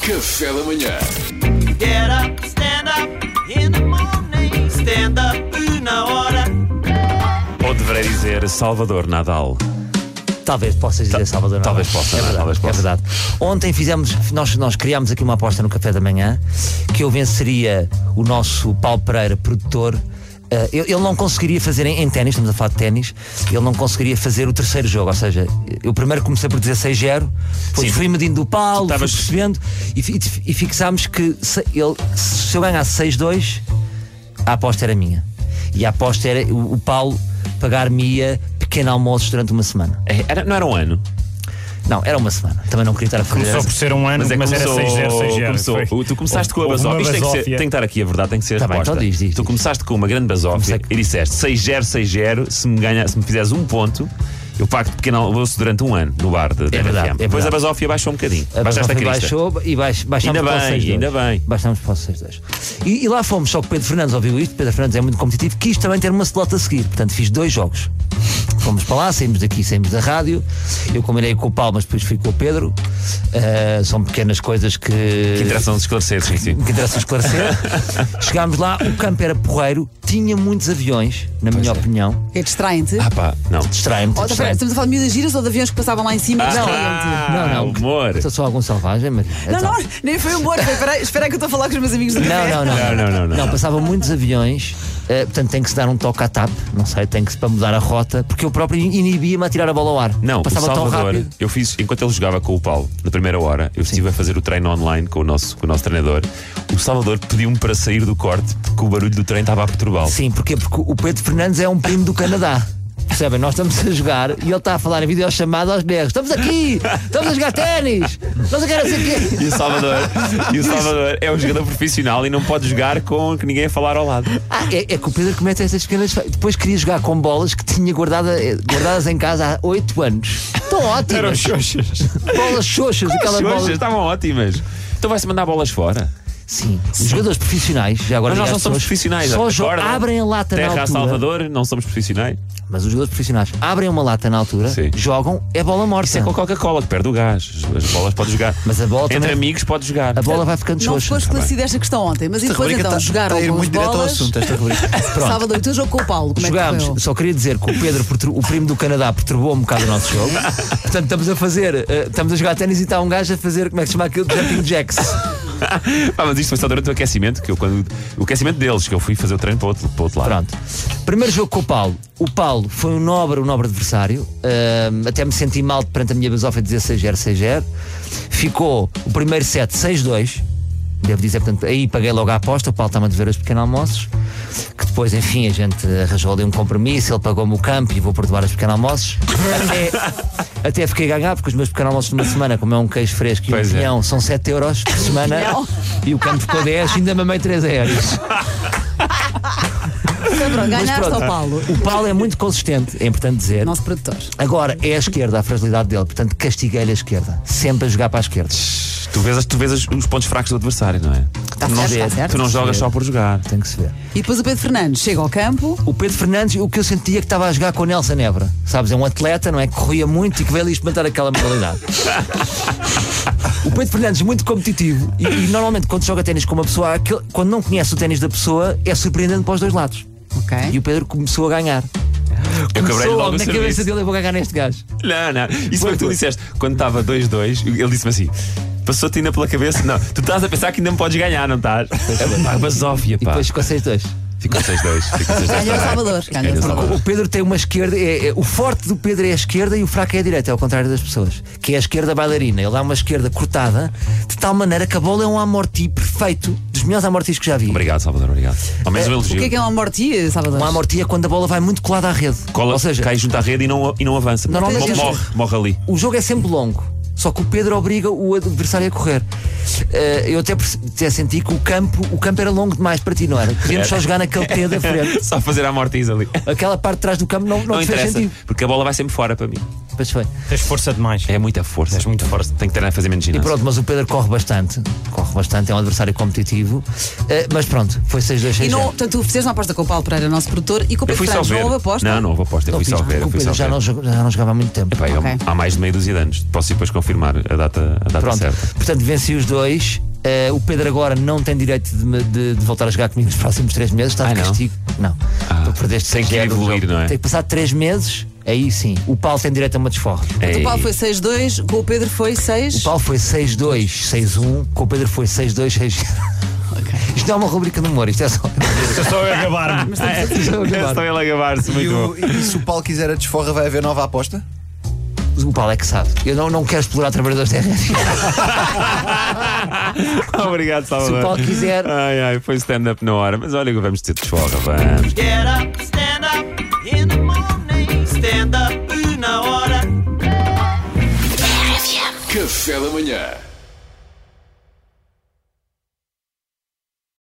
Café da manhã. Get up, stand up in the morning. Stand up na hora. Ou deverei dizer Salvador Nadal. Talvez possas dizer Salvador Nadal. talvez possa, é não é? verdade, Talvez possa. É verdade. Ontem fizemos, nós, nós criámos aqui uma aposta no café da manhã que eu venceria o nosso Paulo Pereira, produtor. Eh, eu- ele não conseguiria fazer em, em ténis, estamos a falar de ténis, ele não conseguiria fazer o terceiro jogo. Ou seja, eu primeiro comecei por 16-0, depois Sim, fui medindo o Paulo, estavas- fui percebendo e, fi- e fixámos que se, ele, se eu ganhasse 6-2, a aposta era minha. E a aposta era o, o Paulo pagar-me pequeno almoço durante uma semana. É, era- não era um ano. Não, era uma semana. Também não queria estar a fazer. Começou por ser um ano, mas, é que era 6-0, 6-0. começou. foi. O- Tu começaste com a Houve uma basófia. Isto tem que, ser, basófia. tem que estar aqui a verdade, tem que ser Tá a bem, resposta. então diz, diz, tu diz. começaste com uma grande basófia Comecei- e disseste 6-0, 6-0, se me, ganha, se me fizeres um ponto, eu pago pequeno almoço durante um ano no bar de, da É verdade, RFM. é Depois verdade. a basófia baixou um bocadinho. A Baixaste a Baixofa crista. baixou e baix, baixámos Ainda para o bem, 6-2. ainda bem. Baixámos para o 6-2. E, e lá fomos, só que Pedro Fernandes ouviu isto. Pedro Fernandes é muito competitivo, quis também ter uma slot a seguir. Portanto, fiz dois jogos. Fomos para lá, saímos daqui, saímos da rádio. Eu combinei com o Paulo, mas depois fui com o Pedro. Ah, são pequenas coisas que. Que interação de esclarecer, sim, sim. que interessa esclarecer. Chegámos lá, o campo era porreiro, tinha muitos aviões, na minha opinião. É distraem-te? Ah pá, não. Distraem-me. Oh, espera, distraem-me. estamos a falar de miúdas giras ou de aviões que passavam lá em cima? Ah, Não, não. Humor. Estou só algum selvagem, mas. então. Não, não, nem foi humor. foi, Espera aí- espera aí que eu estou a falar com os meus amigos do café. Não, não, não. Não, não, não, não. Não, passavam muitos aviões, eh, portanto tem que se dar um toque à TAP, não sei, tem que se para mudar a rota, porque eu próprio inibia-me a tirar a bola ao ar. Não, passava o tão Salvador, rápido. eu fiz, enquanto ele jogava com o Paulo, na primeira hora, eu estive a fazer o treino online com o nosso, com o nosso treinador. O Salvador pediu-me para sair do corte porque o barulho do treino estava a perturbá-lo. Sim, porquê? Porque o Pedro Fernandes é um primo do Canadá. Percebem? Nós estamos a jogar e ele está a falar em videochamada aos berros. Estamos aqui! Estamos a jogar ténis! Estamos a querer ser E o Salvador, e o Salvador é um jogador profissional e não pode jogar com que ninguém a falar ao lado. Ah, é, é que o Pedro comete estas pequenas. fa- Depois queria jogar com bolas que tinha guardada- eh, guardadas em casa há 8 anos. Estão Eram ótimas! xoxas. Bolas xoxas, aquela As bola. coxas estavam ótimas. Então vai-se mandar bolas fora. Sim, os jogadores profissionais, já agora Mas nós digo não às somos pessoas, profissionais. Só jo- acorda. abrem a lata Terra na a altura. Salvador, não somos profissionais. Mas os jogadores profissionais abrem uma lata na altura, Sim. jogam, é bola morta. Isso é com a Coca-Cola que perde o gás. As as bolas pode jogar. Mas a bola Entre também- amigos pode jogar. A bola vai ficando Não xoxa. foi esclarecida esta questão ontem, mas e depois então jogaram com as bolas. esta rubrica. Sábado, e tu jogo com o Paulo. Como é que Jogámos, correu? só queria dizer que o Pedro, pertur- o primo do Canadá, perturbou um bocado o nosso jogo. Portanto, estamos a fazer, eh, estamos a jogar ténis e está um gajo a fazer, como é que se chama aquilo? Jumping jacks. Pá, Ah, mas isto foi só durante o aquecimento, que eu quando. O aquecimento deles, que eu fui fazer o treino para o outro, para o outro lado. Pronto. Primeiro jogo com o Paulo. O Paulo foi um nobre, um nobre adversário. Ahm, até me senti mal perante a minha basófia 16-0, 6-0. Ficou o primeiro set 6-2. Devo dizer, portanto, aí paguei logo a aposta. O Paulo estava a dever os pequenos almoços. Que depois, enfim, a gente arranjou ali um compromisso. Ele pagou-me o campo e vou perdoar os pequenos almoços. Até, até fiquei a ganhar, porque os meus pequenos almoços de uma semana, como é um queijo fresco e Pois um é. pinhão, são 7 euros por semana. e o campo ficou 10, ainda mamei 3 euros. Foi bom, Ganhaste ao pronto. Paulo, O Paulo é muito consistente, é importante dizer. nosso produtor. Agora é a esquerda a fragilidade dele, portanto castiguei-lhe a esquerda. Sempre a jogar para a esquerda. Tu vês, as- tu vês as- os pontos fracos do adversário, não é? Tá tu não, certo, tá certo. tu não jogas só por jogar. Tem que se ver. E depois o Pedro Fernandes chega ao campo. O Pedro Fernandes, o que eu sentia é que estava a jogar com o Nelson Nebra. Sabes, é um atleta, não é? Que corria muito e que veio ali experimentar aquela modalidade. o Pedro Fernandes é muito competitivo e, e normalmente quando joga ténis com uma pessoa, aquele- quando não conhece o ténis da pessoa, é surpreendente para os dois lados. Ok. E o Pedro começou a ganhar. Eu quebrei começou logo o na cabeça serviço. dele, eu vou ganhar neste gajo. Não, não. Isso foi o que tu disseste. Quando estava 2-2, ele disse-me assim. Passou-te ainda pela cabeça? Não, tu estás a pensar que ainda me podes ganhar, não estás? É uma basófia, E pá. depois ficou 6-2. Ficou 6-2. Ficou 6-2. Ganhou o também. Salvador. Ganhou o Ganhou o Salvador. Salvador. O Pedro tem uma esquerda. é- é- o forte do Pedro é a esquerda e o fraco é a direita, é ao contrário das pessoas. Que é a esquerda bailarina. Ele há uma esquerda cortada, de tal maneira que a bola é um amorti perfeito, dos melhores amortis que já vi. Obrigado, Salvador, obrigado. Ao menos um O elogio. que é que é uma morte, Salvador? Um amorti é quando a bola vai muito colada à rede. Cola, Ou seja, cai junto à rede e não, e não avança. Normalmente- Mo- morre, morre ali. o jogo é sempre longo. Só que o Pedro obriga o adversário a correr. Eh, eu até, perce- até senti que o campo, o campo era longo demais para ti, não era? Podíamos só jogar naquele T da frente. Só fazer a mortiz ali. Aquela parte de trás do campo não, não, Não te fez interessa, sentido. porque a bola vai sempre fora para mim. Pois foi. Tens força demais. É muita força. És muito forte. Tem que treinar a fazer menos E ginásio. pronto, mas o Pedro corre bastante. Corre bastante, é um adversário competitivo. Eh, mas pronto, foi 6-2, 6-0. E não, portanto, tu fizeste uma aposta com o Paulo Pereira, nosso produtor, e com o Eu Pedro fui só Franco. ver. Não houve aposta? Não, não houve aposta. Eu fui só ver. o Eu fui só Pedro já ver. não, jogou- já não jogava há muito tempo. Epá, eu- Ok. Há mais de meia dúzia de anos. Posso depois confirmar a data, a data Pronto, certa. portanto venci os dois. Eh, o Pedro agora não tem direito de, me- de- de voltar a jogar comigo nos próximos três meses. Está Ah, de não? castigo. Não. Ah, Tu perdeste tem que 6-0 do evoluir, jogo. não é? Tem que passar três meses, aí sim. O Paulo tem direito a uma desforra. O Paulo Ei. foi 6-2, com o Pedro foi 6. O Paulo foi 6-2, 6-1. Com o Pedro foi 6-2, 6-0. Isto não é uma rubrica de humor, isto é só. é Estou só a acabar-me. Ah, é. Estão ele a gabar-se E, muito bom. o- e se o Paulo quiser a desforra, vai haver nova aposta? O Paulo é que sabe. Eu não, não quero explorar trabalhadores da RFI. Obrigado, Salvador. Se o Paulo quiser. Ai, ai, foi stand-up na hora. Mas olha que vamos ter desforra, vamos. Get up, stand up in the morning. Stand up una hora. Café da manhã.